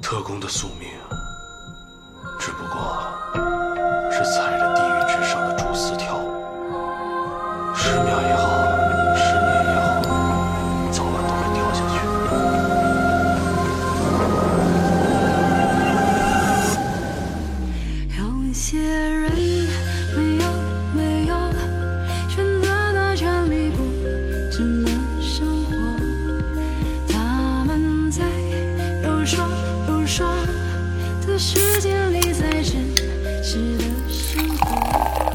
特工的宿命，啊只不过是踩着地狱之上的蛛丝跳舞，十秒也好，十年也好，早晚都会掉下去。有些人没有没有选择的权利，不这么生活。他们在游说游说的世界里，才真实的生活。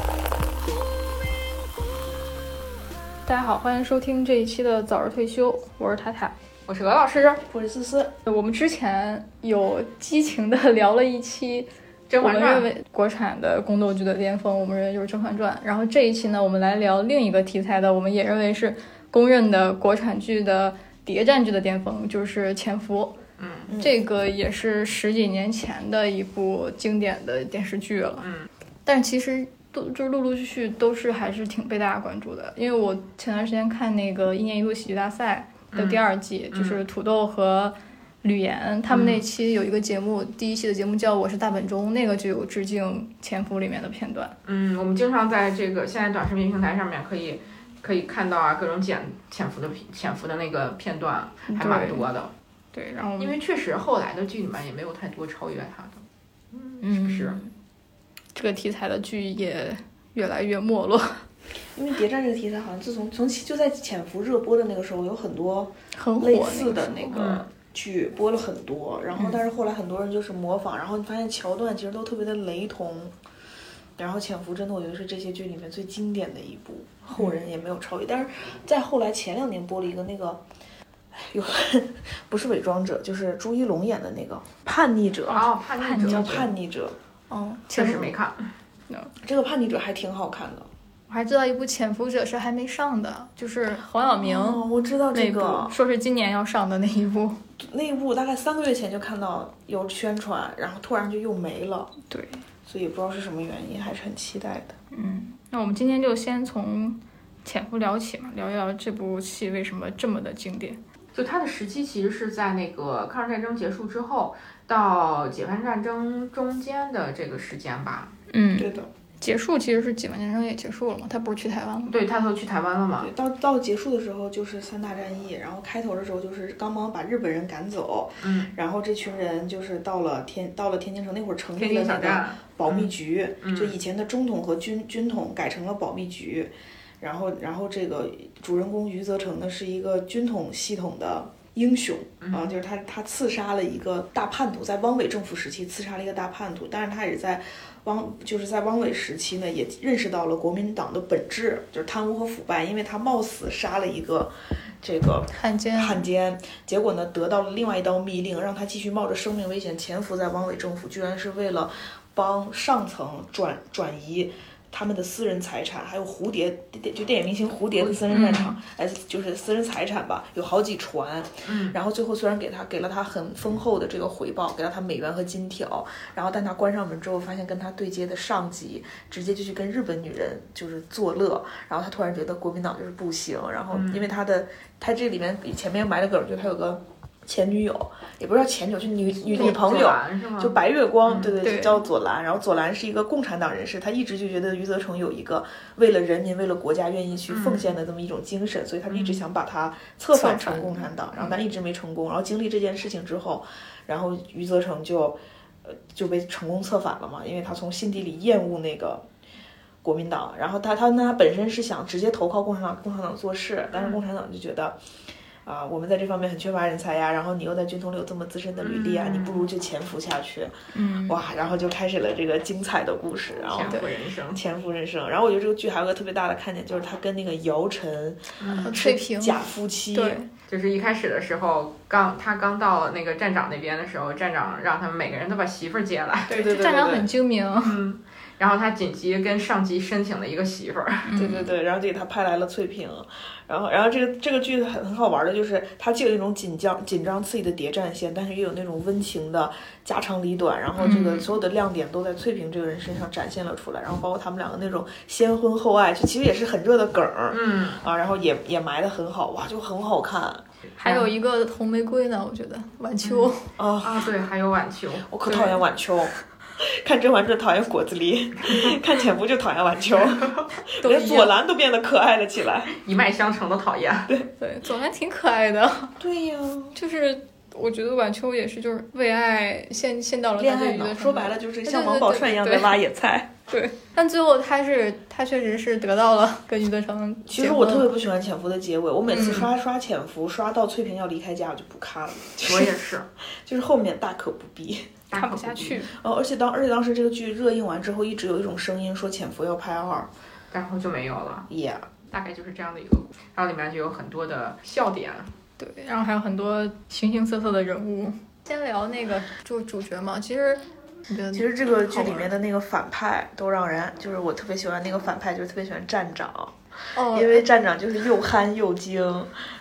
大家好，欢迎收听这一期的《早日退休》，我是塔塔。我是罗老师，《我是思思，我们之前有激情的聊了一期甄我嬛们传认》为国产的宫斗剧的巅峰，我们认为就是《甄嬛传》。然后这一期呢，我们来聊另一个题材的，我们也认为是公认的国产剧的谍战剧的巅峰，就是《潜伏》。嗯这个也是十几年前的一部经典的电视剧了。嗯，但其实都就是陆陆续续都是还是挺被大家关注的，因为我前段时间看那个一年一度喜剧大赛的第二季，嗯就是土豆和。吕岩他嗯们那期有一个节目，第一期的节目叫《我是大本钟》，那个就有致敬《潜伏》里面的片段。嗯，我们经常在这个现在短视频平台上面可以可以看到啊，各种潜潜伏的片潜伏的那个片段还蛮多的，对，然后我们因为确实后来的剧里面也没有太多超越它的，嗯是不是？这个题材的剧也越来越没落， 因为谍战这个题材，好像自从从其就在《潜伏》热播的那个时候，有很多很火类似的那那个时候嗯个剧播了很多，然后但是后来很多人就是模仿，然后你发现桥段其实都特别的雷同。然后《潜伏》真的，我觉得是这些剧里面最经典的一部，后嗯人也没有超越。但是再后来前两年播了一个那个，哎有不是伪装者，就是朱一龙演的那个《叛逆者》，哦，叛逆者叫《叛逆者嗯，确潜实伏没看，》，这个《叛逆者》还挺好看的。我还知道一部《潜伏者》是还没上的，就是黄晓明哦，我知道那这部，个，说是今年要上的那一部。那一部大概三个月前就看到有宣传，然后突然就又没了，对，所以也不知道是什么原因，还是很期待的。嗯，那我们今天就先从《潜伏》聊起嘛，聊一聊这部戏为什么这么的经典。就它的时期其实是在那个抗日战争结束之后到解放战争中间的这个时间吧。嗯，对的，结束其实是解放战争也结束了嘛，他不是去台湾了吗？对，他都去台湾了嘛对，，到到结束的时候就是三大战役，然后开头的时候就是刚刚把日本人赶走，嗯，然后这群人就是到了天到了天津城那会儿成天立津了那小个站，保密局，嗯就以前的中统和军军统改成了保密局，然后然后这个主人公余则成呢是一个军统系统的英雄嗯啊，就是他他刺杀了一个大叛徒，在汪伪政府时期刺杀了一个大叛徒，但是他也在汪就是在汪伪时期呢也认识到了国民党的本质，就是贪污和腐败，因为他冒死杀了一个这个汉奸，汉奸，结果呢得到了另外一道密令，让他继续冒着生命危险潜伏在汪伪政府，居然是为了帮上层转转移他们的私人财产，还有蝴蝶电就电影明星蝴蝶的私人战场，哎、就是私人财产吧，有好几船，嗯然后最后虽然给他给了他很丰厚的这个回报，给了他美元和金条，然后但他关上门之后，发现跟他对接的上级直接就去跟日本女人就是作乐，然后他突然觉得国民党就是不行，然后因为他的、他这里面比前面埋了梗，就他有个前女友，也不是叫前女友，就女女女朋友左。蓝是吗？就白月光，嗯对对，对就叫左蓝。然后左蓝是一个共产党人士，他一直就觉得余则成有一个为了人民、为了国家愿意去奉献的这么一种精神，所以他一直想把他策反嗯策反嗯成共产党，然后但一直没成功。然后经历这件事情之后，然后余则成就，呃，就被成功策反了嘛，因为他从心底里厌恶那个。国民党，然后他他那他本身是想直接投靠共产党，共产党做嗯事，但是共产党就觉得，啊、我们在这方面很缺乏人才呀，然后你又在军统里有这么资深的履历啊，嗯你不如就潜伏下去，嗯，哇，然后就开始了这个精彩的故事，然后潜伏人生，潜伏人生。然后我觉得这个剧还有个特别大的看点，就是他跟那个姚晨嗯呃是翠萍，假夫妻，对，就是一开始的时候，刚他刚到那个站长那边的时候，站长让他们每个人都把媳妇儿接来，对对对站长对很精明，嗯， 然后他紧急跟上级申请了一个媳妇儿，对嗯对对，然后就给他派来了翠萍，然后然后这个这个剧很很好玩的就是，它既有那种紧张紧张刺激的谍战线，但是又有那种温情的家长里短，然后这嗯个所有的亮点都在翠萍这个人身上展现了出来，然后包括他们两个那种先婚后爱，就其实也是很热的梗儿嗯，啊，然后也也埋的很好，哇，就很好看，还有一个红玫瑰呢，我觉得晚秋。啊，啊，对，还有晚秋，我可讨厌晚秋。 看《甄嬛传》讨厌果子 狸，看《潜伏》就讨厌晚 秋，都连一左样。蓝都变得可爱了起来。一脉相承的讨厌。对，左蓝挺可爱的， 对呀、就是我觉觉得晚秋也是，就是为爱献献到了恋大家爱娱乐脑程度说白了就是对像对王对宝对钏一样对在挖野菜。对，但最后他是他确实是得到了跟余则成其结实我婚特别不喜欢《潜伏》的结尾，我每次嗯刷刷《潜伏》，刷到翠萍要离开家，我就不看了。就我是也是，就是后面大可不必。 大看不可下必去，，哦，而且当而且当时这个剧热映完之后，一直有一种声音说《潜伏》要拍二。然后就没有了， Yeah，大概就是这样的一个故事，然后里面就有很多的笑点，对，然后还有很多形形色色的人物。先聊那个就主角嘛，其实你的其实这个剧里面的那个反派都让人，就是我特别喜欢那个反派，就是特别喜欢站长。哦，因为站长就是又憨又精，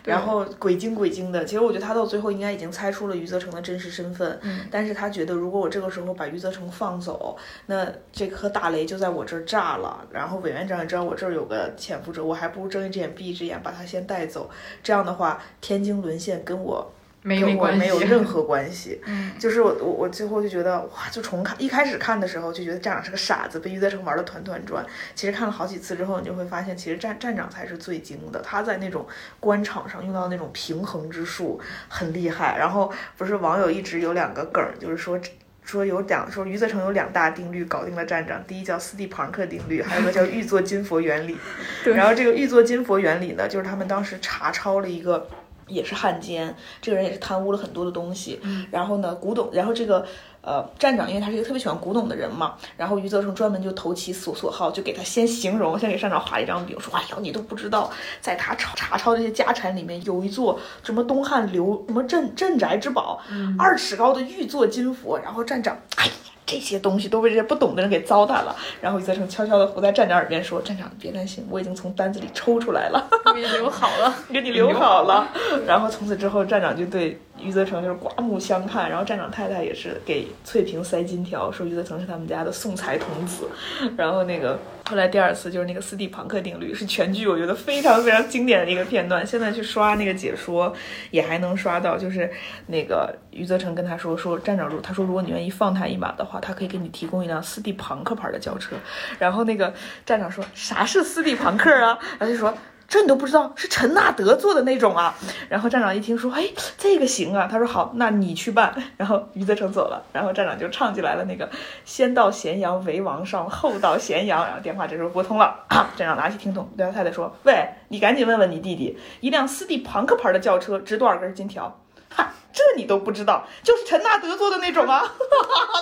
对然后鬼精鬼精的。其实我觉得他到最后应该已经猜出了余则成的真实身份，嗯但是他觉得如果我这个时候把余则成放走，那这颗大雷就在我这儿炸了。然后委员长也知道我这儿有个潜伏者，我还不如睁一只眼闭一只眼把他先带走。这样的话，天津沦陷跟我没跟我关系，没有 任何 关系。嗯，就是我我我最后就觉得哇，就重看一开始看的时候就觉得站长是个傻子，被余则成玩的团团转。其实看了好几次之后，你就会发现，其实站站长才是最精的，他在那种官场上用到那种平衡之术很厉害。然后不是网友一直有两个梗儿，就是说。说有两说余则成有两大定律搞定了站长，第一叫斯蒂庞克定律，还有一个叫玉作金佛 原理。对然后这个玉作金佛原理呢，就是他们当时查抄了一个，也是汉奸，这个人也是贪污了很多的东西。然后呢，古董，然后这个呃站长，因为他是一个特别喜欢古董的人嘛，然后余则成专门就投其所所好，就给他先形容，先给站长画了一张饼，说哎呀，你都不知道，在他查查抄这些家产里面，有一座什么东汉刘什么镇镇宅之宝，二尺高的玉座金佛，然后站长，哎呀。这些东西都被这些不懂的人给糟蹋了，然后余则成悄悄地伏在站长耳边说：“站长，你别担心，我已经从单子里抽出来了。” 我已经好了。给你留好了。 然后从此之后，站长就对余则成就是刮目相看。然后站长太太也是给翠萍塞金条，说余则成是他们家的送财童子。然后那个后来第二次就是那个斯蒂庞克定律，是全剧我觉得非常非常经典的一个片段。现在去刷那个解说，也还能刷到，就是那个余则成跟他说说站长如他说如果你愿意放他一马的话，他可以给你提供一辆斯蒂庞克牌的轿车。然后那个站长说啥是斯蒂庞克啊？然后就说。这你都不知道是陈纳德做的那种啊！然后站长一听说，哎，这个行啊，他说好，那你去办。然后余则成走了，然后站长就唱起来了那个“先到咸阳为王上，后到咸阳”。然后电话这时候拨通了， 啊、站长拿起听筒对他太太说：“喂，你赶紧问问你弟弟，一辆斯蒂庞克牌的轿车值多少根金条？”哈，这你都不知道，就是陈纳德做的那种 啊，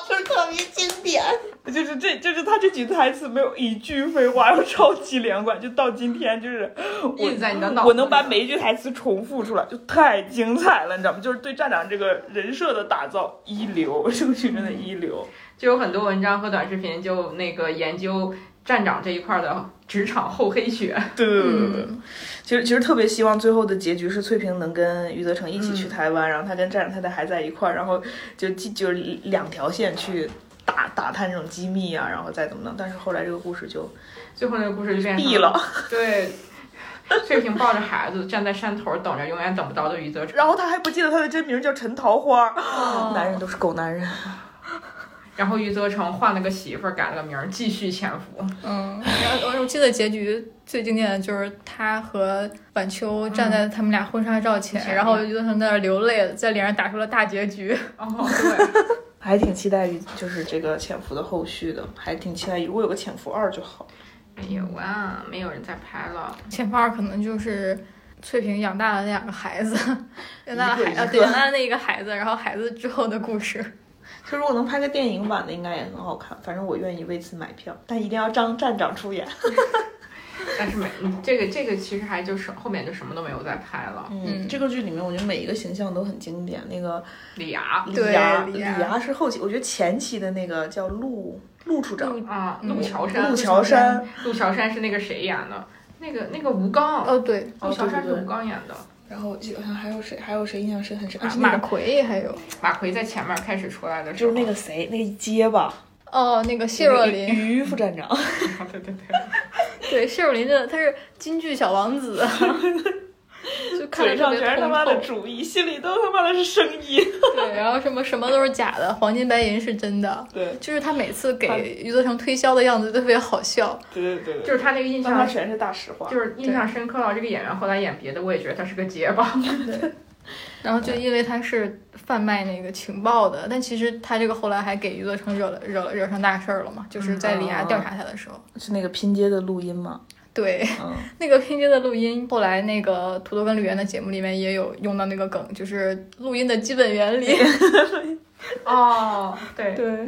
就是特别经典。就是这就是他这几句台词没有一句废话，然后超级连贯，就到今天就是我 印在你的脑子里我能把每一句台词重复出来，就太精彩了，你知道吗？就是对站长这个人设的打造一流， 嗯这个剧真的一流。就有很多文章和短视频就那个研究站长这一块的职场厚黑学，对嗯对对对对，其实其实特别希望最后的结局是翠萍能跟余则成一起去台湾，然后他跟站长太太还在一块儿，然后就就就是两条线去打打探这种机密啊，然后再怎么弄。但是后来这个故事就最后那个故事就变成毙了。。对，翠萍抱着孩子站在山头等着永远等不到的余则成，然后他还不记得他的真名叫陈桃花。哦男人都是狗男人，然后余则成换了个媳妇儿，改了个名儿，继续潜伏。嗯，然后我记得结局最经典的就是他和晚秋站在他们俩婚纱照嗯前，嗯然后余则成在那儿流泪，在脸上打出了大结局。哦，对，还挺期待于就是这个潜伏的后续的，还挺期待如果有个潜伏二就好。没有啊，没有人再拍了。前方可能就是翠萍养大的那两个孩子， 养大的一个孩一啊个对养大的那一个孩子，然后孩子之后的故事。其实如果能拍个电影版的，应该也很好看。反正我愿意为此买票，但一定要张站长出演。但是没嗯这个这个其实还就是后面就什么都没有再拍了。嗯这个剧里面我觉得每一个形象都很经典。那个李涯李对涯，李李涯涯是后期，我觉得前期的那个叫陆陆处长，陆啊，嗯陆桥山，陆桥山，陆桥山是那个谁演的？那个那个吴刚，哦对，哦陆桥山是对对对吴刚演的。然后我记得好像还有谁，还有谁印象深很深？啊，是那马个奎还有马奎在前面开始出来的时就候，是那个谁，那个结巴，哦那个谢若就是琳，于于副站 长。对对对，对谢若琳真的他是京剧小王子。 就看嘴着特上别全是他通妈的透。主意，心里都他妈的是生意。对，然后什么什么都是假的，黄金白银是真的。对就是他每次他给余则成推销的样子特别好笑，对对对对，就是他那个印但他象，全是大实话。就是印象深刻到这个演员后来演别的，我也觉得他是个结巴。然后就因为他是贩卖那个情报的，但其实他这个后来还给余则成惹了惹了惹上大事儿了嘛，嗯就是在李涯调查他的时候，是那个拼接的录音嘛。对嗯， 那个拼接的录音，后来那个土豆跟吕源的节目里面也有用到那个梗，就是录音的基本 原理。哦，对，对，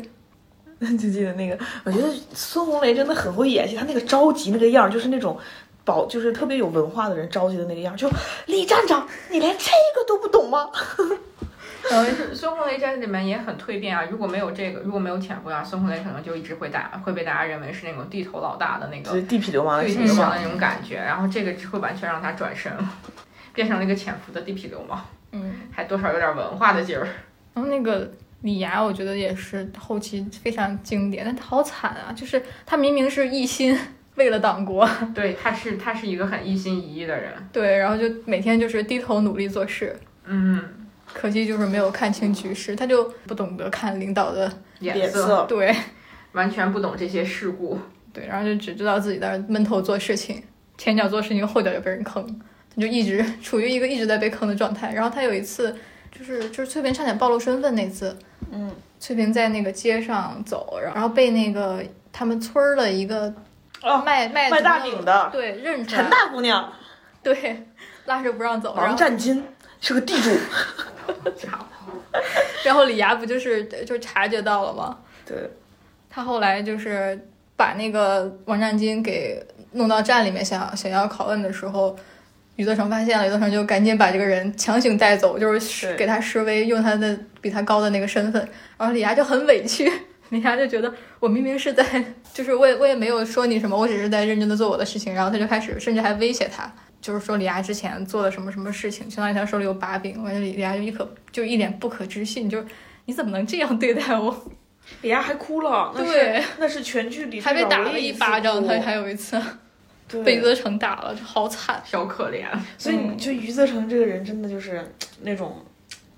就记得那个，我觉得孙红雷真的很会演戏，他那个着急那个样儿，就是那种保，就是特别有文化的人着急的那个样儿。就李站长，你连这个都不懂吗？就是孙红雷在里面也很蜕变啊。如果没有这个，如果没有潜伏啊，孙红雷可能就一直会打会被大家认为是那种地头老大的那就是个 地痞流氓的对形流象氓。的那种感觉。然后这个只会完全让他转身了，变成了一个潜伏的地痞流氓，嗯，还多少有点文化的劲儿。 然后那个李涯，我觉得也是后期非常经典，但他好惨啊，就是他明明是一心为了党国，对，他是他是一个很一心一意的人。对，然后就每天就是低头努力做事，嗯，可惜就是没有看清局势，他就不懂得看领导的，眼脸色色，对完全不懂这些世故。对，然后就只知道自己在那儿闷头做事情，前脚做事情，后脚就被人坑，他就一直处于一个一直在被坑的状态。然后他有一次就是就是翠萍差点暴露身份那次，嗯，翠萍在那个街上走，然后被那个他们村儿的一个哦卖卖卖大土豆饼的对认出来陈，大哦姑娘，对拉着不让走，然王后占金是个地主，然后李涯不就是就察觉到了吗？ 对，他后来就是把那个王占金给弄到站里面想，想要拷问的时候，余则成发现了，余则成就赶紧把这个人强行带走，就是示对给他示威，用他的比他高的那个身份，然后李涯就很委屈。李涯就觉得我明明是在，就是我也我也没有说你什么，我只是在认真的做我的事情。然后他就开始，甚至还威胁他，就是说李涯之前做的什么什么事情，相当于他手里有把柄。我觉得李李涯就一可就一脸不可置信，就是你怎么能这样对待我？ 李涯还哭了，那嗯是对，那是全剧里还被打了一一次巴掌，哭他还有一次被嗯对余，则成打了，就好惨。小可怜，所以你就余则成这个人真的就是那种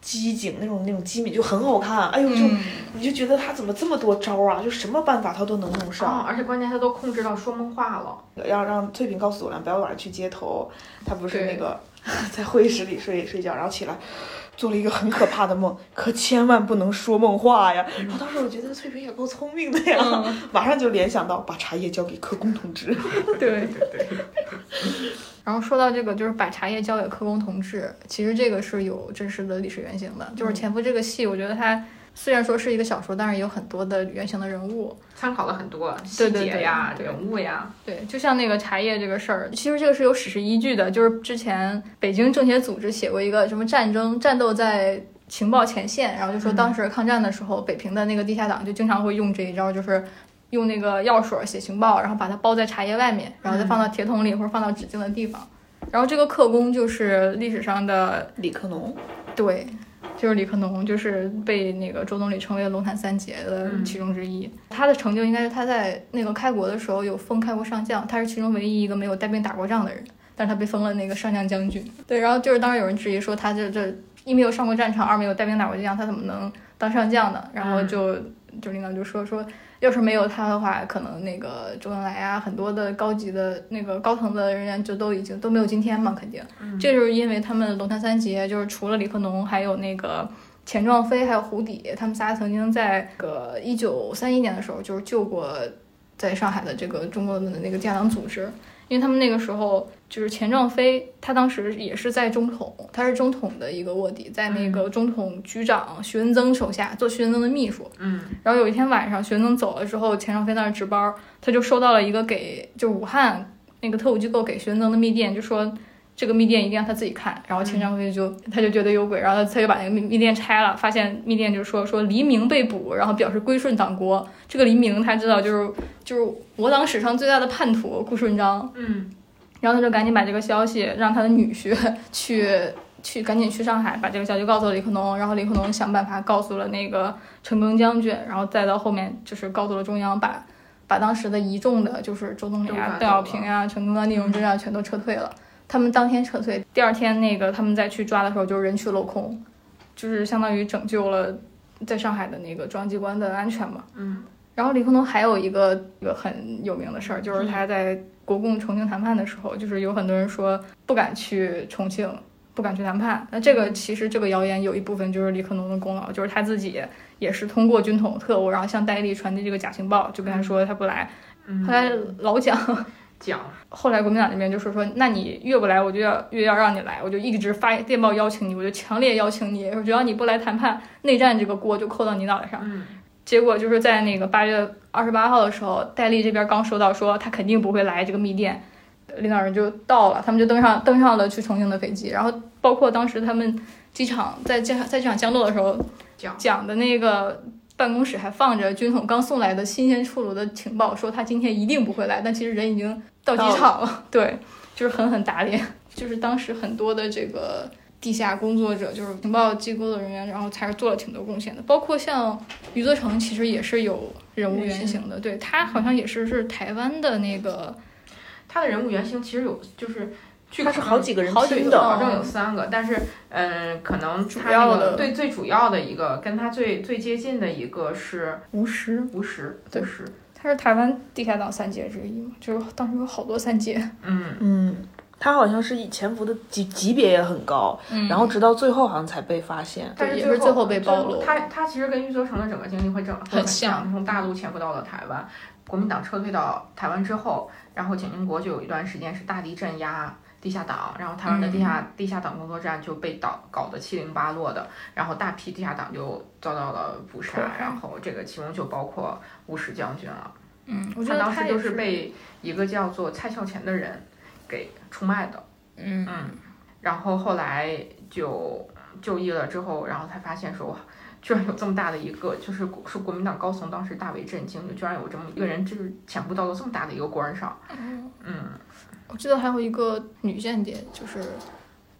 机警，那种那种机敏，就很好看。哎呦，就、嗯，你就觉得他怎么这么多招儿啊？就什么办法他都能用哦，上。而且关键他都控制到说梦话了。要让翠萍告诉朵兰不要晚上去街头，他不是对那个 在会议室里睡睡觉，然后起来做了一个很可怕的梦，可千万不能说梦话呀。嗯然后当时我觉得翠萍也够聪明的呀，马上就联想到把茶叶交给科工 同志。对。对 对对，然后说到这个，就是把茶叶交给科工同志，其实这个是有真实的历史原型的。就是《潜伏》这个戏，我觉得它虽然说是一个小说，但是也有很多的原型的人物。参考了很多对细对节呀、对人物呀。对，就像那个茶叶这个事儿，其实这个是有史实依据的。就是之前北京政协组织写过一个什么战争战斗在情报前线，然后就说当时抗战的时候，北平的那个地下党就经常会用这一招，就是用那个药水写情报，然后把它包在茶叶外面，然后再放到铁桶里或者放到指定的地方。然后这个克工就是历史上的李克农，对，就是李克农，就是被那个周总理称为龙潭三杰的其中之一。他的成就应该是他在那个开国的时候有封开国上将，他是其中唯一一个没有带兵打过仗的人，但是他被封了那个上将将军。对，然后就是当时有人质疑说他这这一没有上过战场，二没有带兵打过仗，他怎么能当上将呢？然后就、就领导就说说。要是没有他的话，可能那个周恩来啊，很多的高级的那个高层的人员就都已经都没有今天嘛，肯定。这就是因为他们龙潭三杰，就是除了李克农，还有那个钱壮飞，还有胡底，他们仨曾经在个一九三一年的时候，就是救过在上海的这个中国的那个地下党组织，因为他们那个时候就是钱壮飞，他当时也是在中统，他是中统的一个卧底，在那个中统局长徐文增手下做徐文增的秘书。嗯，然后有一天晚上，徐文增走了之后，钱尚飞在那儿值班儿，他就收到了一个给就武汉那个特务机构给徐文增的密电，就说这个密电一定要他自己看。然后钱尚飞就他就觉得有鬼，然后他就把那个密密电拆了，发现密电就说说黎明被捕，然后表示归顺党国。这个黎明他知道就是就是我党史上最大的叛徒顾顺章，嗯，然后他就赶紧把这个消息让他的女婿 去去赶紧去上海把这个消息告诉了李克农，然后李克农想办法告诉了那个陈赓将军，然后再到后面就是告诉了中央，把把当时的一众的就是周总理都赶啊走、嗯邓小平呀、陈赓啊、聂荣臻啊全都撤退了。他们当天撤退，第二天那个他们再去抓的时候，就是人去楼空，就是相当于拯救了在上海的那个中央机关的安全吧。嗯，然后李克农还有一个一个很有名的事儿，就是他在国共重庆谈判的时候，就是有很多人说不敢去重庆，不敢去谈判。那这个其实这个谣言有一部分就是李克农的功劳，就是他自己也是通过军统特务，然后向戴笠传递这个假情报，就跟他说他不来。嗯后来老蒋讲后来国民党这边就说说，那你越不来，我就要越要让你来，我就一直发电报邀请你，我就强烈邀请你，只要你不来谈判，内战这个锅就扣到你脑袋上。嗯结果就是在那个八月二十八号的时候，戴笠这边刚收到说他肯定不会来这个密电，领导人就到了，他们就登上登上了去重庆的飞机，然后包括当时他们机场在机在机场降落的时候讲讲的那个。办公室还放着军统刚送来的新鲜出炉的情报，说他今天一定不会来，但其实人已经到机场了。 对，就是狠狠打脸，就是当时很多的这个地下工作者，就是情报机构的人员，然后还是做了挺多贡献的，包括像余则成其实也是有人物原型的，对他好像也是是台湾的那个，他的人物原型其实有就是。据他是考好几个人好几拼个的，哦保证有三个，但是嗯，可能主他要那个的对最主要的一个，跟他最最接近的一个是吴石，吴石，对吴石，他是台湾地下党三杰之一嘛，就是当时有好多三杰，嗯，嗯，他好像是以潜伏的级级别也很高，嗯然后直到最后好像才被发现。但对也最是最后被暴露他他其实跟余则成的整个经历会整会很像从大陆潜伏到了台湾，国民党撤退到台湾之后，然后蒋经国就有一段时间是大力镇压。地下党，然后台湾的地嗯下、地下党工作站就被倒搞得七零八落的，然后大批地下党就遭到了捕杀迫害，然后这个其中就包括吴石将军了。嗯，我觉他得当时也就是被一个叫做蔡孝乾的人给出卖的，嗯嗯，然后后来就就医了之后，然后才发现说，哇，居然有这么大的一个，就是国是国民党高层当时大为震惊，就居然有这么一个人，就是潜伏到了这么大的一个官上，嗯，我记得还有一个女间谍，就是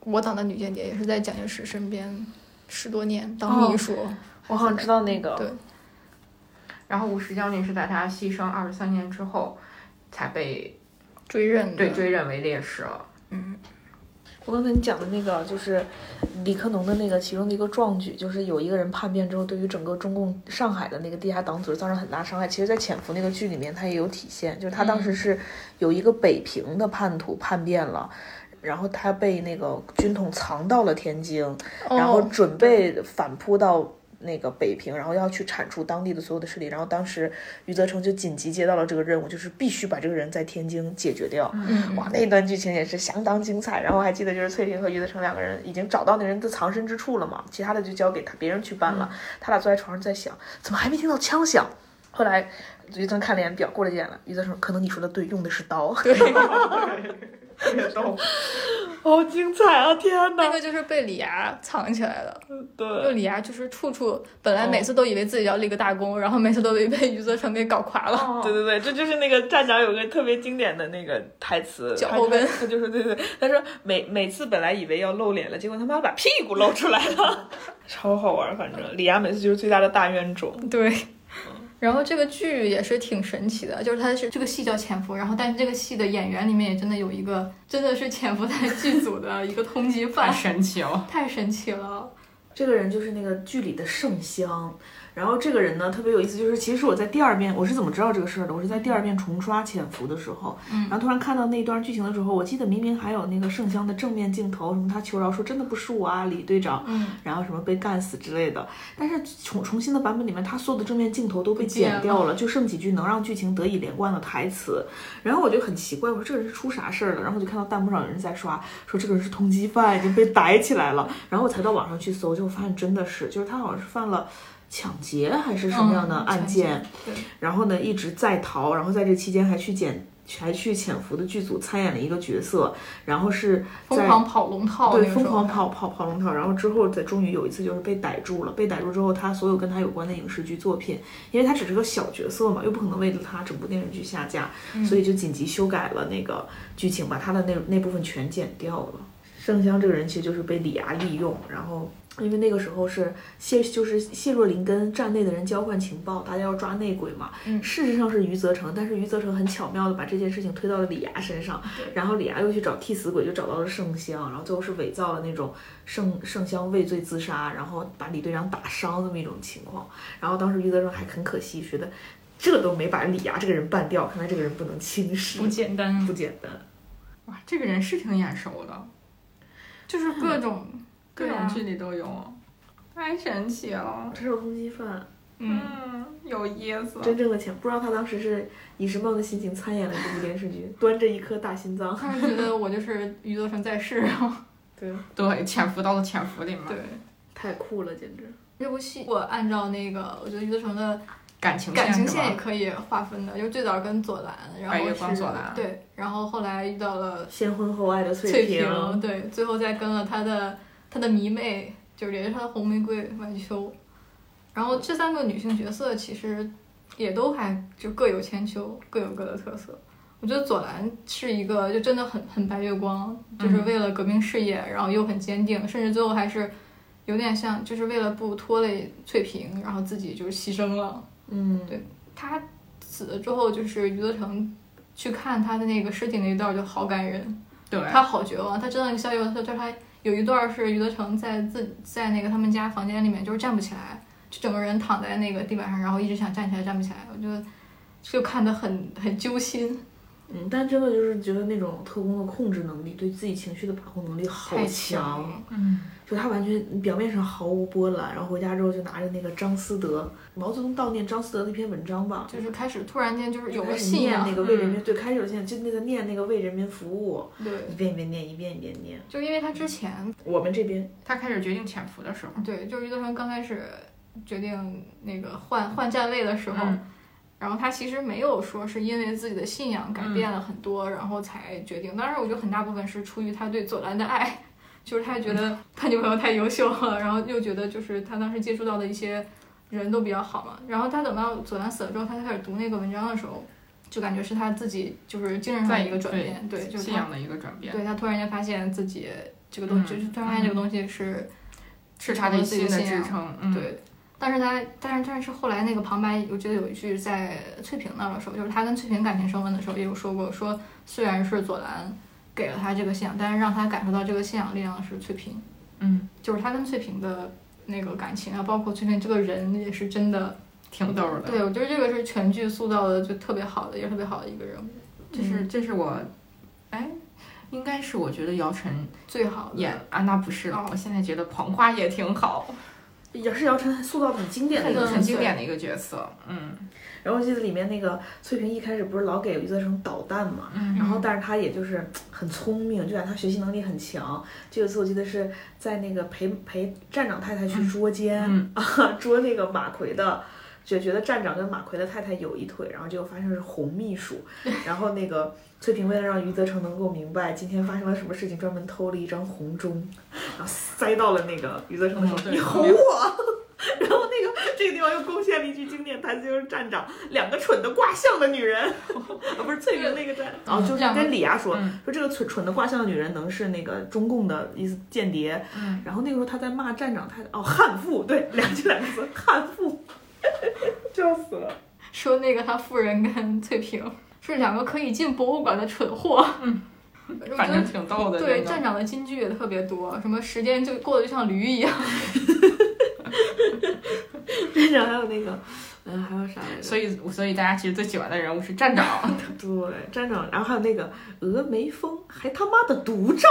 我党的女间谍，也是在蒋介石身边十多年当秘书，哦我好像知道那个对然后吴石将军是在他牺牲二十三年之后才被追认的对追认为烈士了，嗯我刚才你讲的那个就是李克农的那个其中的一个壮举，就是有一个人叛变之后，对于整个中共上海的那个地下党组织造成很大伤害。其实，在《潜伏》那个剧里面，他也有体现，就是他当时是有一个北平的叛徒叛变了。然后他被那个军统藏到了天津，然后哦准备反扑到那个北平，然后要去铲除当地的所有的势力。然后当时余则成就紧急接到了这个任务，就是必须把这个人在天津解决掉。嗯哇，那段剧情也是相当精彩。然后我还记得就是翠萍和余则成两个人已经找到那人的藏身之处了嘛，其他的就交给他别人去办了。他俩坐在床上在想，怎么还没听到枪响？后来余则成看了一眼表，过了一眼了，余则成可能你说的对，用的是刀。对， 好精彩啊！天那！个就是被李涯藏起来的，就对，李涯就是处处本来每次都以为自己要立个大功，然后每次都被被余则成给搞垮了。对对对，这就是那个站长有个特别经典的那个台词，脚他后跟他他就说对对，对他说每每次本来以为要露脸了，结果他妈把屁股露出来 了，超好玩儿。反正李涯每次就是最大的大冤种，对。然后这个剧也是挺神奇的，就是它是这个戏叫《潜伏》，然后但是这个戏的演员里面也真的有一个真的是潜伏在剧组的一个通缉太犯，神奇了，太神奇了。这个人就是那个剧里的圣香。然后这个人呢特别有意思，就是其实我在第二遍我是怎么知道这个事儿的？我是在第二遍重刷《潜伏》的时候，然后突然看到那段剧情的时候，我记得明明还有那个圣香的正面镜头，什么他求饶说真的不是我啊，李队长，嗯，然后什么被干死之类的。但是重重新的版本里面，他所有的正面镜头都被剪掉了，就剩几句能让剧情得以连贯的台词。然后我就很奇怪，我说这个人是出啥事儿了？然后我就看到弹幕上有人在刷，说这个人是通缉犯，已经被逮起来了。然后我才到网上去搜，就发现真的是，就是他好像是犯了。抢劫还是什么样的嗯案抢件？对然后呢，一直在逃，然后在这期间还去检，还去潜伏的剧组参演了一个角色，然后是在疯狂跑龙套，对，那个疯时候狂跑跑跑龙套，然后之后再终于有一次就是被逮住了，被逮住之后，他所有跟他有关的影视剧作品，因为他只是个小角色嘛，又不可能为了他整部电视剧下架，嗯所以就紧急修改了那个剧情，把他的那那部分全剪掉了。盛香这个人其实就是被李涯利用，然后因为那个时候是谢，就是谢若琳跟站内的人交换情报，大家要抓内鬼嘛。嗯事实上是余则成，但是余则成很巧妙的把这件事情推到了李涯身上，然后李涯又去找替死鬼，就找到了圣香，然后最后是伪造了那种圣圣香畏罪自杀，然后把李队长打伤这么一种情况。然后当时余则成还很可惜，觉得这都没把李涯这个人办掉，看来这个人不能轻视，不简单啊不，简单。哇，这个人是挺眼熟的，就是各种各对种啊剧里都有，太神奇了。这是通缉犯。嗯，嗯，有意思。真正的钱，不知道他当时是以什么样的心情参演了这部电视剧，端着一颗大心脏。他们觉得我就是余则成在世，然后对，对，潜伏到了潜伏里面，对太酷了，简直。这部戏，我按照那个我觉得余则成的感情感情是线也吧？可以划分的，就最早跟左蓝，然后白月光是左啊蓝对，然后后来遇到了先婚后爱的翠萍，萍，对，最后再跟了他的他的迷妹，就是也是他的红玫瑰晚秋，然后这三个女性角色其实也都还就各有千秋，各有各的特色。我觉得左蓝是一个就真的很很白月光，就是为了革命事业，然后又很坚定，甚至最后还是有点像就是为了不拖累翠萍，然后自己就牺牲了。嗯，对他死了之后，就是余则成去看他的那个尸体那一段儿就好感人，对，他好绝望，他真的逍遥，他就是他有一段是余则成在自在那个他们家房间里面就是站不起来，就整个人躺在那个地板上，然后一直想站起来站不起来，我觉得就看得很很揪心，嗯，但真的就是觉得那种特工的控制能力，对自己情绪的把控能力好太强，了。嗯，就他完全表面上毫无波澜，然后回家之后就拿着那个张思德，毛泽东悼念张思德的一篇文章吧，就是开始突然间就是有了开始信念那仰，个为人民，对，开始有信仰，就那个念那个为人民服务， 对，一遍一遍念，一遍一遍念。就因为他之前我们这边他开始决定潜伏的时候，对，就是余则成刚开始决定那个换换站位的时候，嗯然后他其实没有说是因为自己的信仰改变嗯了很多，然后才决定。当然，我觉得很大部分是出于他对左蓝的爱， 就是他觉嗯得他女朋友太优秀了，然后又觉得就是他当时接触到的一些人都比较好嘛。然后他等到左蓝死了之后，他开始读那个文章的时候，就感觉是他自己就是精神上在的一个转变，对，就是信他仰的一个转变，对他突然间发现自己这个东西，嗯就是突然发现这个东西是是他成的了自己新的的信仰支撑。嗯，对，但是他，但是但是后来那个旁白，我觉得有一句在翠萍那儿的时候，就是他跟翠萍感情升温的时候也有说过，说虽然是左蓝给了他这个信仰，但是让他感受到这个信仰力量的是翠萍，嗯，就是他跟翠萍的那个感情啊，包括翠萍这个人也是真的，挺逗的。对我觉得这个是全剧塑造的就特别好的，也是特别好的一个人物，这是这是我，哎，应该是我觉得姚晨最好的。演安娜不是了，嗯哦我现在觉得庞花也挺好，也是姚晨塑造的很经典的很一个嗯很经典的一个角色。嗯然后我记得里面那个翠萍一开始不是老给余则成捣蛋嘛，嗯然后但是她也就是嘖很聪明，就感觉她学习能力很强。这有一次我记得是在那个陪陪站长太太去捉奸、嗯啊， 捉那个马奎的。就觉得站长跟马奎的太太有一腿，然后结果发现是红 秘书，然后那个翠萍为了让余则成能够明白今天发生了什么事情，专门偷了一张红钟，然后塞到了那个余则成的手嗯对里，你哄我， 然后那个这个地方又贡献了一句经典台词，就是站长两个蠢的卦象的 女人， 啊不是翠云那个站，然后就是两个跟李涯说嗯说这个蠢蠢的卦象的女人能是那个中共的意思间谍，嗯，然后那个时候他在骂站长太太哦悍妇，对，两句两个字悍妇， 笑死了。 说那个他夫人跟翠萍是两个可以进博物馆的蠢货。嗯， 我反觉正得挺逗的。对，这个站长的金句也特别多，什么时间就过得就像驴一样。站长还有那个，嗯还有啥来着？所以所以大家其实最喜欢的人物是站长。对，站长，然后还有那个峨眉峰，还他妈的独 照，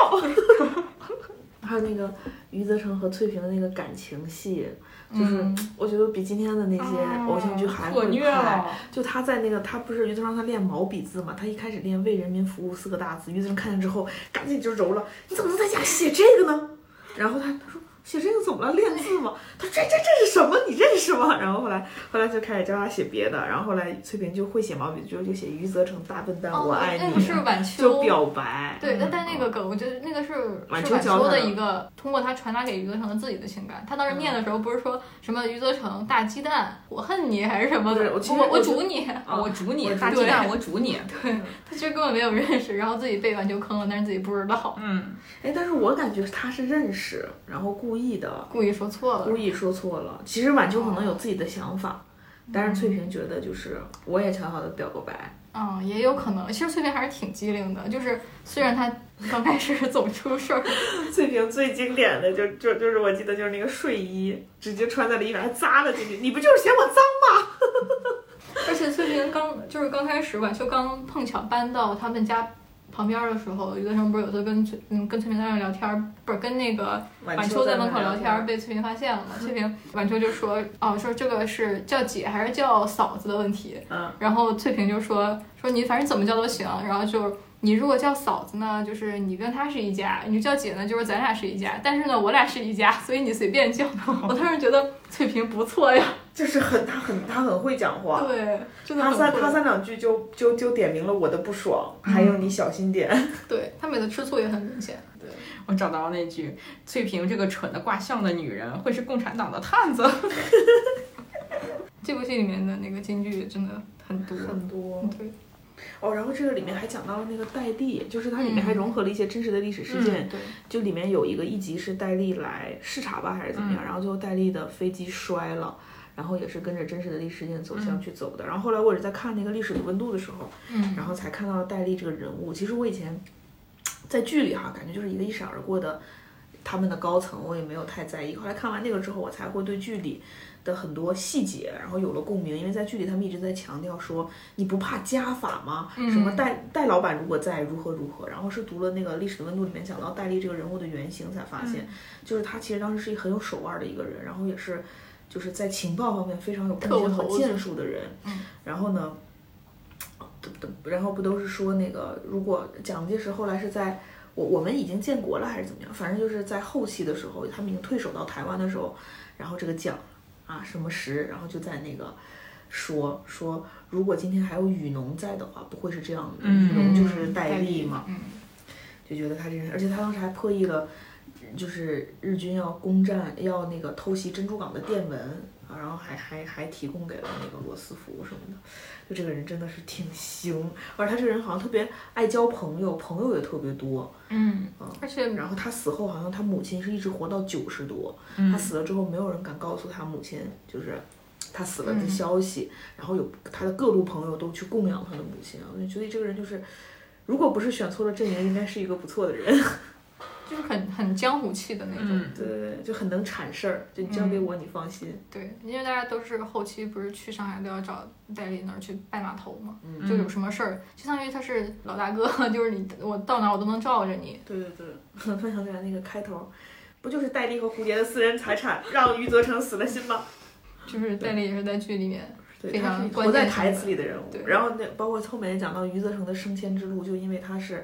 还有那个余则成和翠萍的那个感情戏，就是、嗯我觉得比今天的那些偶像剧还可会虐哦拍。了，就他在那个，他不是余则成让他练毛笔字嘛？他一开始练“为人民服务”四个大字，余则成看见之后，赶紧就揉了，你怎么能在家写这个呢？然后他他说写这个怎么了？练字嘛？他说这这这是什么？你认识吗？然后后来后来就开始教他写别的，然后后来翠萍就会写毛笔，就就写余则成大笨蛋， 我哦爱那你，啊个是晚秋就。表白。嗯对，但但那个梗，我觉得那个是是晚晚秋教秋的他的一个通过他传达给余则成的自己的情感。他当时念的时候，不是说什么余则成大鸡蛋，我恨你还是什么对的，我我其实我我觉煮你。啊我煮你哦我煮大鸡蛋，我煮你。他其实根本没有认识，然后自己被晚秋坑了，但是自己不知道。嗯，哎，但是我感觉他是认识，然后故故意的，故意说错了故。意说错了。其实晚秋可能有自己的想法，但是翠萍觉得就是我也悄悄的表过白，嗯，也有可能。其实翠萍还是挺机灵的，就是虽然她刚开始总出事儿，翠萍 最经典的就就就是我记得就是那个睡衣直接穿在了衣服上，还扎了进去，你不就是嫌我脏吗？ 而且翠萍刚就是刚开始晚秋刚碰巧搬到他们家旁边的时候，余德成不是有次跟翠嗯跟翠萍在那儿聊天儿，不是跟那个晚秋在门口聊天儿，被翠萍发现了 嘛？翠萍晚秋就说哦说这个是叫姐还是叫嫂子的问题，嗯，然后翠萍就说说你反正怎么叫都行，然后就。你如果叫嫂子呢，就是你跟她是一家；你叫姐呢，就是咱俩是一家。但是呢，我俩是一家，所以你随便叫。 我当时觉得翠萍不错呀，就是很他很他很会讲话，对，真的他很三会嗯他三两句就就就点明了我的不爽，还有你小心点。对他每次吃醋也很明显。我找到那句“翠萍这个蠢的卦象的女人会是共产党的探子这部戏里面的那个金句真的很多，很多对，哦，然后这个里面还讲到了那个戴笠，就是它里面嗯还融合了一些真实的历史事件，对，就里面有一个一集是戴笠来视察吧，还是怎么样，然后最后戴笠的飞机摔了。然后也是跟着真实的历史事件走向去走的。然后后来我也是在看那个历史的温度的时候，嗯，然后才看到戴笠这个人物。其实我以前在剧里哈，感觉就是一个一闪而过的他们的高层，我也没有太在意。后来看完那个之后，我才会对剧里的很多细节，然后有了共鸣。因为在剧里他们一直在强调说，你不怕家法吗？嗯什么戴戴老板如果在如何如何。然后是读了那个《历史的温度》里面讲到戴笠这个人物的原型，才发嗯现、就是他其实当时是一个很有手腕的一个人，然后也是。就是在情报方面非常有特务贡献头和子嗯建树的人，然后呢，然后不都是说那个，如果蒋介石后来是在我我们已经建国了还是怎么样，反正就是在后期的时候，他们已经退守到台湾的时候，然后这个蒋啊什么石，然后就在那个说说，如果今天还有雨农在的话，不会是这样的，雨农就是戴笠嘛，嗯，就觉得他这人，而且他当时还破译了，就是日军要攻占要那个偷袭珍珠港的电文啊，然后还还还提供给了那个罗斯福什么的，就这个人真的是挺行，而且他这个人好像特别爱交朋友，朋友也特别多。嗯，而且然后他死后好像他母亲是一直活到九十多，他死了之后没有人敢告诉他母亲就是。他死了的消息，然后有他的各路朋友都去供养他的母亲啊，我就觉得这个人就是，如果不是选错了阵营，应该是一个不错的人。就是很很江湖气的那”。种，嗯， 对对对，嗯就很能铲事儿，就你交给我，你放心。对，因为大家都是后期不是去上海都要找戴笠那儿去拜码头嘛，嗯就有什么事儿，相当于他是老大哥，就是你我到哪儿我都能罩着你，对对对， 我突然想起来那个开头，不就是戴笠和蝴蝶的私人财产让余则成死了心吗？就是戴笠也是在剧里面，对，非他常是关活键在性台的词里的人物对。然后那包括后面也讲到余则成的升迁之路，就因为他是，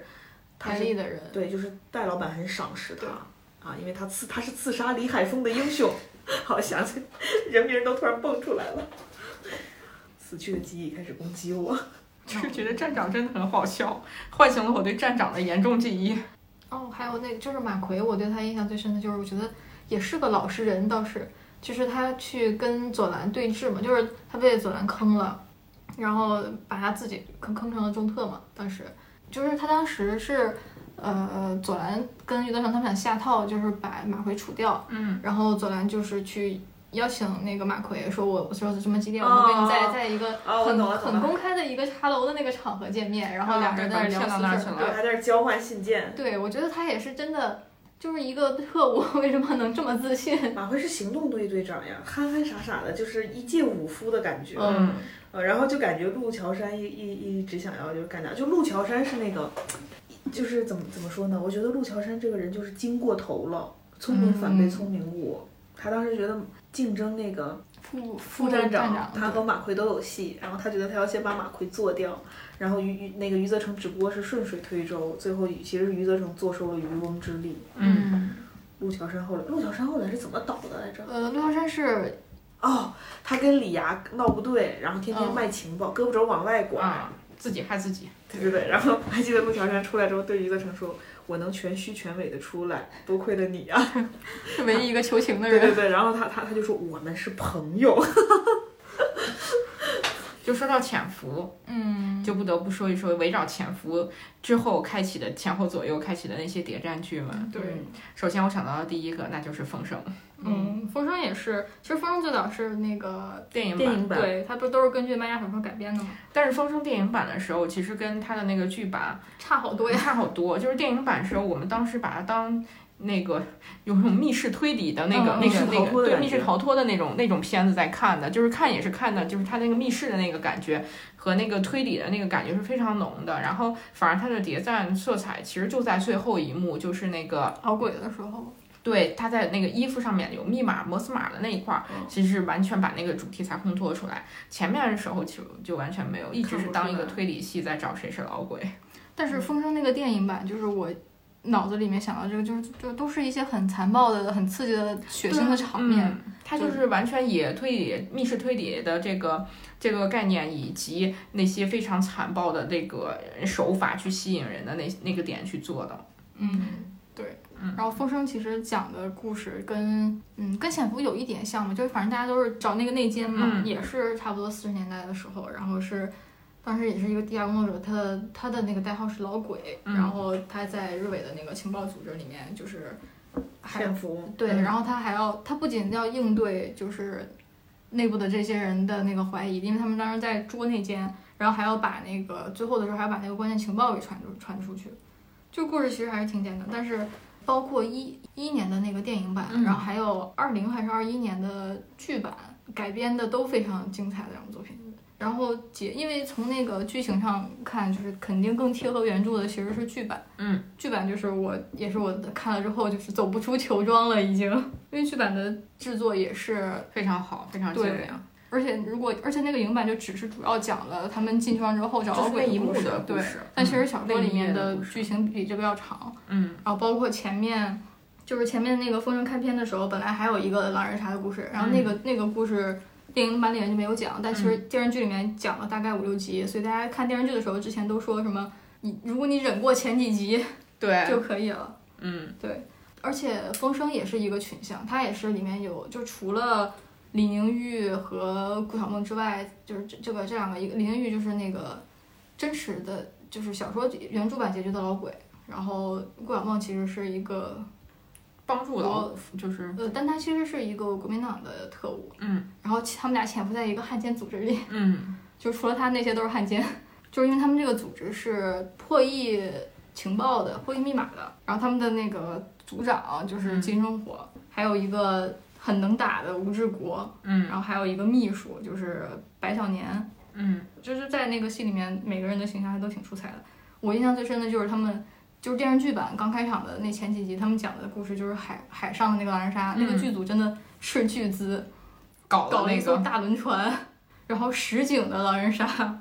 他戴是笠的人，对，就是戴老板很赏识他啊，因为他刺他是刺杀李海峰的英雄。好，想起人名都突然蹦出来了。死去的记忆开始攻击我。就是觉得站长真的很好笑，唤醒了我对站长的严重记忆。哦，还有那个就是马奎，我对他印象最深的就是，我觉得也是个老实人，倒是就是他去跟左蓝对峙嘛，就是他被左蓝坑了，然后把他自己坑坑成了中特嘛。当时就是他当时是呃左蓝跟余德成他们俩下套，就是把马奎除掉，嗯，然后左蓝就是去。邀请那个马奎说我，我说什么几点，我会跟你在、哦在一个哦我很、懂了懂很了公开的一个茶楼的那个场合见面，然后哦俩人对在那儿聊把骗到那儿私事去儿了对对，还在那儿交换信件。对，我觉得他也是真的，就是一个特务， 为什么能这么自信？ 马辉是行动队队长呀，憨憨傻傻的，就是一介武夫的感觉。嗯，呃，然后就感觉陆桥山一一一直想要就是干掉，就陆桥山是那个，就是怎么怎么说呢？我觉得陆桥山这个人就是精过头了，聪明反被嗯聪明误。他当时觉得竞争那个副副副站长，他和马奎都有戏，然后他觉得他要先把马奎做掉，然后余余那个余则成只不过是顺水推舟，最后其实是余则成坐收了渔翁之利。嗯，陆桥山后来，陆桥山后来是怎么倒的来着？呃，陆小山是哦，他跟李涯闹不对，然后天天嗯卖情报，胳膊肘往外拐，啊，自己害自己。对对对。然后还记得陆桥山出来之后对余则成说：“我能全虚全伪的出来，多亏了你啊 是唯一一个求情！”的对对人，对，然后他他他就说我们是朋友，就说到潜伏，嗯，就不得不说一说围绕潜伏之后开启的前后左右开启的那些谍战剧嘛。对嗯，首先我想到的第一个那就是《风声嗯，风声也是，其实风声最早是那个》电影电版 影版对，它不都是根据漫画小说改编的吗？但是《风声》电影版的时候，其实跟它的那个剧版差好多也呀。 差好多。就是电影版时候，我们当时把它当那个有种密室推理的那个、嗯那个密室那逃脱个的对感密觉室逃脱的那种那种片子在看的，就是看也是看的，就是它那个密室的那个感觉和那个推理的那个感觉是非常浓的。然后反而它的谍战色彩其实就在最后一幕，就是那个熬鬼的时候，对他在那个衣服上面有密码摩斯码的那一块儿，其实是完全把那个主题才烘托出来。前面的时候就就完全没有，一直是当一个推理戏在找谁是老鬼。但是风声那个电影版，就是我脑子里面想到这个，就是就都是一些很残暴的、很刺激的血腥的场面。嗯，它就是完全以推理、密室推理的这个这个概念，以及那些非常残暴的这个手法去吸引人的那那个点去做的。嗯，对。嗯然后风声其实讲的故事跟嗯跟潜伏有一点像嘛，就是反正大家都是找那个内奸嘛，嗯也是差不多四十年代的时候，然后是。当时也是一个地下工作者，他的他的那个代号是老鬼，嗯然后他在日伪的那个情报组织里面，就是还潜伏，对，嗯然后他还要，他不仅要应对就是内部的这些人的那个怀疑，因为他们当时在捉内奸，然后还要把那个最后的时候还要把那个关键情报给传出传出去。就故事其实还是挺简单，但是包括一一年的那个电影版，嗯然后还有二零还是二一年的剧版改编的都非常精彩的两部作品。然后解，因为从那个剧情上看，就是肯定更贴合原著的其实是剧版。嗯，剧版就是我也是我看了之后就是走不出球庄了，已经，因为剧版的制作也是，非常好，非常精对良，而且如果而且那个影版就只是主要讲了他们进庄之后找就到是那鬼一幕故事的故对。事。嗯但其实小说里面那一页的的故事剧情比这个要长，嗯然后包括前面，就是前面那个《风筝》开篇的时候，本来还有一个狼人杀的故事，然后那嗯个、那个故事电影版里面就没有讲，但其实电视剧里面讲了大概五六集，所以大家看电视剧的时候，之前都说什么，你如果你忍过前几集对，就可以了。嗯对，而且风声也是一个群像，它也是里面有，就除了李宁玉和顾晓梦之外，就是这这个这两个，一个李宁玉就是那个真实的，就是小说原著版结局的老鬼，然后顾晓梦其实是一个帮助老国就是呃，但他其实是一个国民党的特务，嗯然后其他们俩潜伏在一个汉奸组织里，嗯就除了他那些都是汉奸，就是因为他们这个组织是破译情报的、破译密码的，然后他们的那个组长就是嗯金生火，还有一个很能打的吴志国，然嗯后还有一个秘书就是白小年，嗯就是在那个戏里面每个人的形象还都挺出彩的。我印象最深的就是他们。就是电视剧版刚开场的那前几集，他们讲的故事就是海海上的那个狼人杀，那个嗯剧组真的斥巨资，搞搞的了一那艘个大轮船，然后实景的狼人杀，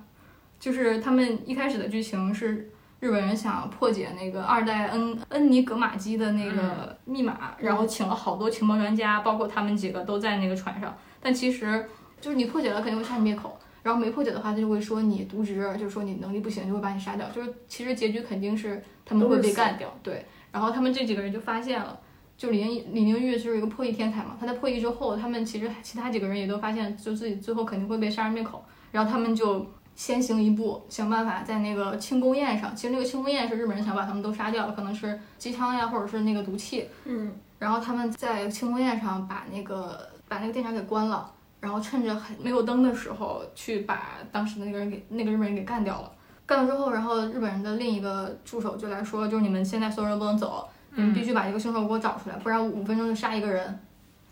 就是他们一开始的剧情是日本人想破解那个二代恩恩尼格玛基的那嗯个密码，然后请了好多情报专家，包括他们几个都在那个船上，但其实就是你破解了肯定会杀你灭口。然后没破解的话，他就会说你渎职，就是说你能力不行，就会把你杀掉。就是其实结局肯定是他们会都是被死干掉，对。然后他们这几个人就发现了，就李宁李宁玉就是一个破译天才嘛，他在破译之后，他们其实其他几个人也都发现，就自己最后肯定会被杀人灭口，然后他们就先行一步，想办法在那个庆功宴上，其实那个庆功宴是日本人想把他们都杀掉了，可能是鸡汤呀，或者是那个毒气，嗯，然后他们在庆功宴上把那个把那个电闸给关了，然后趁着很没有灯的时候去把当时的那个人给那个日本人给干掉了。干了之后，然后日本人的另一个助手就来说，就是你们现在所有人都不能走，你们必须把这个凶手给我找出来，不然五分钟就杀一个人。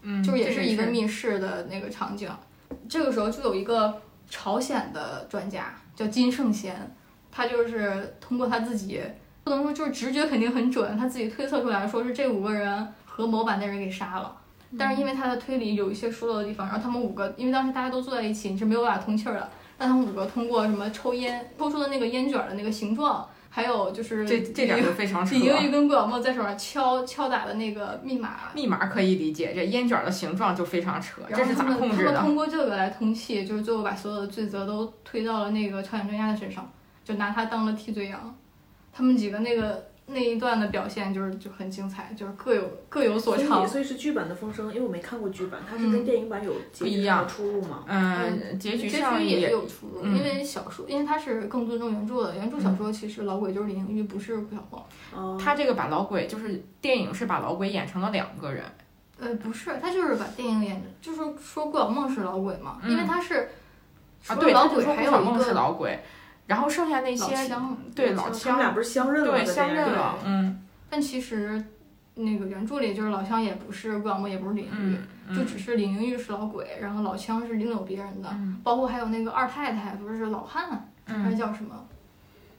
嗯，就是也这是一个密室的那个场景。这个时候就有一个朝鲜的专家叫金圣贤，他就是通过他自己不能说就是直觉肯定很准，他自己推测出来说是这五个人和某把那人给杀了。嗯但是因为他的推理有一些疏漏的地方，然后他们五个，因为当时大家都坐在一起，你是没有办法通气儿的。但他们五个通过什么抽烟抽出的那个烟卷的那个形状，还有就是这这点就非常啊扯李。英玉跟顾小沫在手上敲敲打的那个密码，密码可以理解，这烟卷的形状就非常扯，然这后是他咋们控制他们的？嗯通过这个来通气，就是最后把所有的罪责都推到了那个朝鲜专家的身上，就拿他当了替罪羊。他们几个那个那一段的表现就是就很精彩，就是各有各有所所以长。所以是剧版的风声，因为我没看过剧版，它是嗯跟电影版有截一然样的出入吗？嗯，结局结上局也也有出入，嗯因为小说，因为它是更尊重原著的。原著小说其实老鬼就是林黛玉，不是顾晓光。哦，他这个把老鬼就是电影是把老鬼演成了两个人，呃，不是，他就是把电影演，就是说顾晓梦是老鬼嘛，嗯因为他是除啊，了对，老他就鬼说还顾有小一梦是个老鬼，然后剩下那老些乡，对老他们俩乡，不是相认了吗？对在相电认影里了，嗯但其实那个原著里就是老乡也不是顾晓梦，也不是林黛玉，嗯，嗯就只是林黛玉是老鬼，然后老乡是另有别人的，嗯包括还有那个二太太不是老汉，还是嗯叫什么？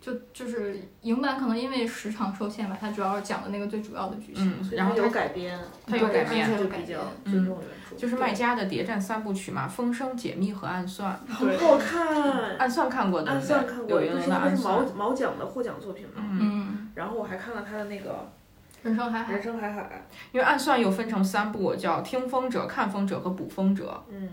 就就是影版可能因为时长受限吧，它主要讲的那个最主要的剧情，嗯，所以然后它有他改编，他有改编嗯就对，有比改较编尊重原著，就是麦家的谍战三部曲嘛，《风声》《解密》和《暗算》，很好看。暗算看过对暗不嗯对算看？过，柳这莹是的它暗是毛算，毛奖的获奖作品嘛。嗯，嗯，然后我还看了他的那个人生海《海人，生海海因为暗算又分成三部，叫听风者、看风者和捕风者。》，嗯，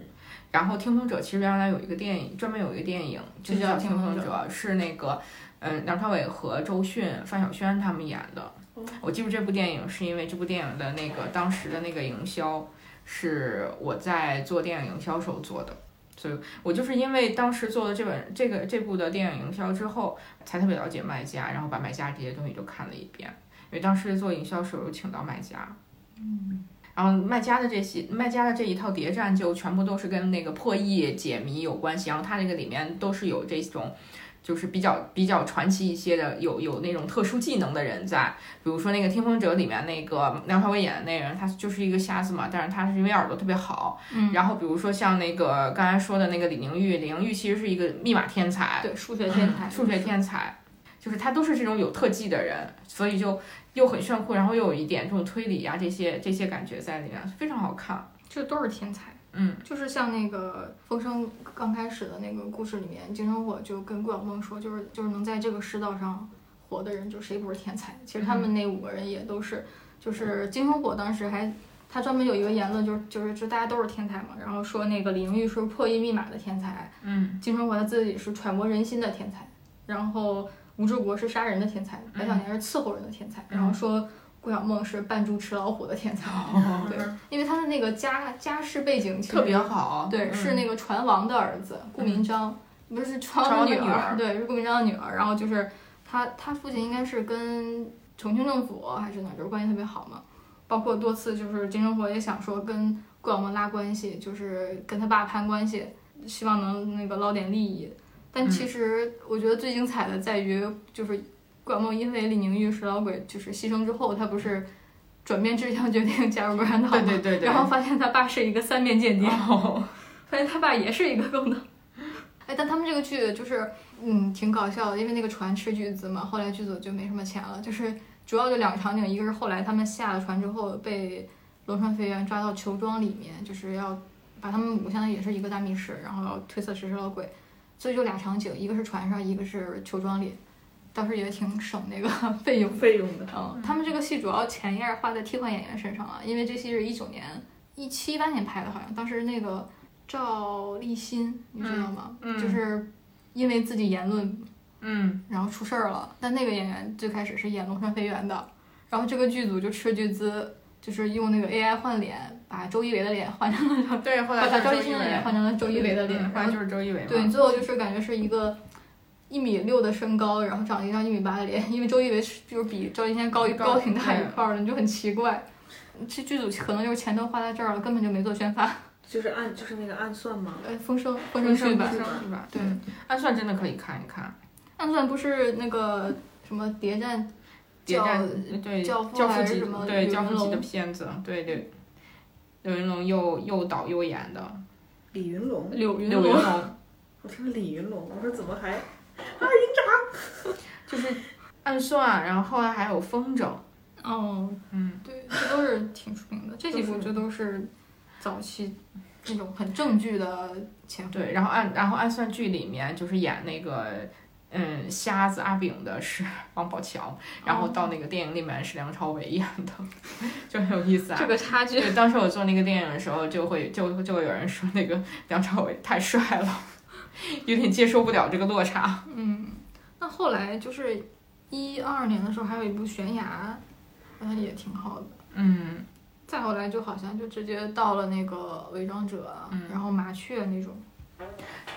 然后《听风者》其实原来有一个电影，专门有一个电影就就叫叫《听听风风者》，是那个嗯梁朝伟和周迅、范晓萱他们演的哦。我记住这部电影是因为这部电影的那个当时的那个营销是我在做电影营销时候做的，所以我就是因为当时做了这本这个这部的电影营销之后，才特别了解卖家，然后把卖家这些东西都看了一遍。因为当时做营销时候有请到卖家，然后卖家的这些卖家的这一套谍战就全部都是跟那个破译解谜有关系，然后它这个里面都是有这种。就是比较比较传奇一些的，有有那种特殊技能的人在，比如说那个《听风者》里面那个梁朝伟演的那人，他就是一个瞎子嘛，但是他是因为耳朵特别好。嗯，然后比如说像那个刚才说的那个李宁玉，李宁玉其实是一个密码天才，对数学天才，数学天才，就是他都是这种有特技的人，所以就又很炫酷，然后又有一点这种推理啊这些这些感觉在里面，非常好看。这都是天才。嗯，就是像那个《风声》刚开始的那个故事里面，金生火就跟顾晓梦说，就是就是能在这个世道上活的人，就谁不是天才？其实他们那五个人也都是，就是金生火当时还他专门有一个言论，就是就是就大家都是天才嘛，然后说那个李玲玉是破译密码的天才，嗯金生火他自己是揣摩人心的天才，然后吴志国是杀人的天才，白小嗯年是伺候人的天才，然后说顾晓梦是扮猪吃老虎的天才，对，因为他的那个家家世背景其实哦特别好。对，嗯是那个船王的儿子顾明章，不是船船王王的女女儿对，是顾明章的女儿。然后就是他，他父亲应该是跟重庆政府还是哪儿，就是关系特别好嘛。包括多次就是金生活也想说跟顾晓梦拉关系，就是跟他爸攀关系，希望能那个捞点利益。但嗯其实我觉得最精彩的在于，就是顾晓梦因为李宁玉是老鬼，就是牺牲之后，他不是转变志向，决定加入共产党吗？对对对对，哦然后发现他爸是一个三面间谍， 发现他爸也是一个共党。哎，但他们这个剧就是，嗯，挺搞笑的，因为那个船斥巨资嘛，后来剧组就没什么钱了。就是主要就两个场景，一个是后来他们下了船之后被龙船飞员抓到球庄里面，就是要把他们五个相当于也是一个大密室，然后要推测谁是老鬼，所以就俩场景，一个是船上，一个是球庄里，当时也挺省那个 费用的。费用的，嗯，他们这个戏主要前一儿花在替换演员身上了，因为这戏是一九年、一七一八年拍的，好像当时那个赵立新，你知道吗？嗯嗯就是因为自己言论，嗯，然后出事儿了。但那个演员最开始是演《龙船飞员》的，然后这个剧组就斥巨资，就是用那个 AI 换脸，把周一围的脸换成了，对，嗯后来把就把是赵立周一新的围脸换成了周一围的脸，嗯后然来后就是周一围嘛。对，最后就是感觉是一个一米六的身高，然后长了一张一米八的脸，因为周一围是就是比赵今天高一高高挺大一对块儿的，你就很奇怪。这剧组可能就是钱都花在这儿了，根本就没做宣发。就是暗就是那个暗算吗？呃，风声风生声剧吧生，是吧？嗯对，暗算真的可以看一看。暗算不是那个什么谍战谍叫战对教父教父还是级什么对刘教云父级的龙片子，对对，刘云龙又又导又演的李云龙，柳云刘云龙，龙，我听李云龙，我说怎么还就是暗算，然后后来还有风筝，哦，嗯，对，这都是挺出名的。这几部就都是早期那种很正剧的前对，然后暗然后暗算剧里面就是演那个嗯瞎子阿炳的是 王宝强，然哦后到那个电影里面是梁朝伟演的， 就很有意思啊。这个差距。对，当时我做那个电影的时候，就会就就会有人说那个 梁朝伟太 帅了，有点接受不了这个落差。嗯，那后来就是一二年的时候还有一部《悬崖》，好像也挺好的。嗯，再后来就好像就直接到了那个《伪装者》啊嗯然后《麻雀》那种。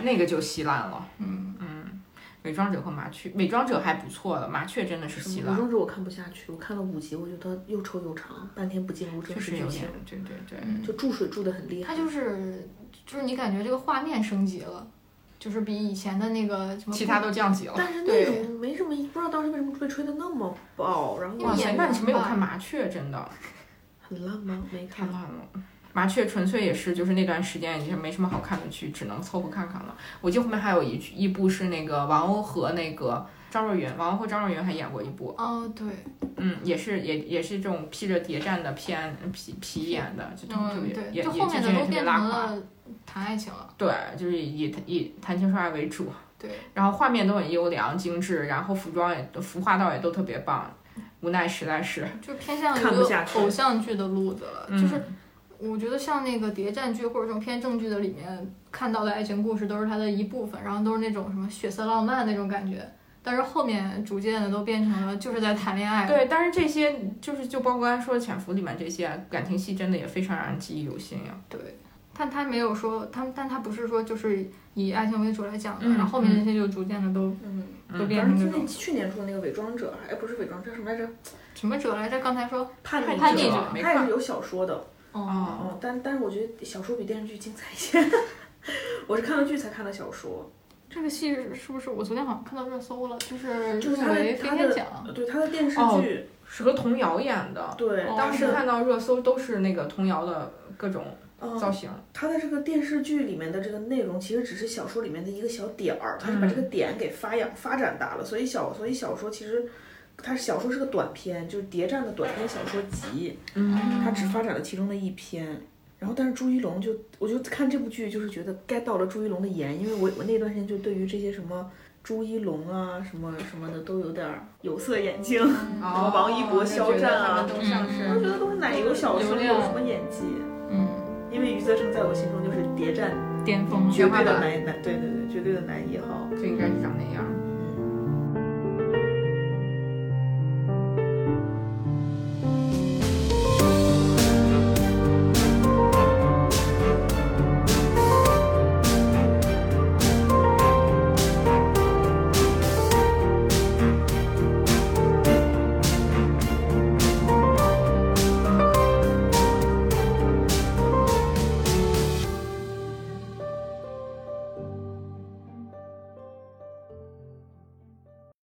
那个就稀烂了。嗯，嗯，伪装者和麻雀，伪装者还不错的，麻雀真的是稀伪烂，装者我看不下去，我看了五集，我觉得又臭又长，半天不进入确正式实剧有情点，，对对对。嗯就注水注的很厉害。它就是就是你感觉这个画面升级了，就是比以前的那个什么其他都降级了。但是内对容没什么，不知道当时为什么被吹的那么爆，然后因哇为塞，演那你是没有员吧看麻雀，真的很烂吗？没太看烂了。麻雀纯粹也是，就是那段时间也是没什么好看的剧，只能凑合看看了。我记得后面还有一剧一部是那个王鸥和那个张若昀，王鸥和张若昀还演过一部，哦，对，嗯，也是也也是这种披着谍战的片皮皮演的，就特嗯别、对，也就也后面剧的情都也特别变拉成垮，了谈爱情了。对，就是以以谈情说爱为主，对，然后画面都很优良精致，然后服装也都服化道也都特别棒，无奈实在是，就偏向于看不下去偶像剧的路子了，嗯、就是我觉得像那个谍战剧或者这种偏正剧的里面看到的爱情故事都是它的一部分，然后都是那种什么血色浪漫那种感觉，但是后面逐渐的都变成了就是在谈恋爱。，对，但是这些就是就包括刚才说的《潜伏》里面这些感情戏，真的也非常让人记忆犹新呀。对，但他没有说他，但他不是说就是以爱情为主来讲的，嗯然后后面那些就逐渐的都嗯，都嗯变当成时这就种那去年出的那个伪装者，哎，不是伪装者，叫什么来着？什么者来着？刚才说叛叛叛逆逆者者没它也看是有小说的，哦，哦，哦，但但是我觉得小说比电视剧精彩一些。 我是看了剧才看的小说，这个戏是是不是我昨天好像看到热搜了，就是就入是他的围他飞天的奖。对他的电视哦剧，是和童瑶演的。对哦当当时时看到热搜都是那个童瑶的各种造嗯，哦型，他的这个电视剧里面的这个内容其实只是小说里面的一个小点儿，他是把嗯这个点给发扬发展大了，所以小所以小说其实。它小说是个短篇，就是谍战的短篇小说集，嗯它只发展了其中的一篇。然后，但是朱一龙就，我就看这部剧，就是觉得该到了朱一龙的盐，因为我我那段时间就对于这些什么朱一龙啊什么什么的都有点儿有色眼镜，哦王一博肖战嗯啊就觉得他们都像嗯我觉是得都是奶油小生，有什么演技？嗯因为余则成在我心中就是谍战巅峰了绝全对华的版男男，对对对，绝对的男一号。就应该是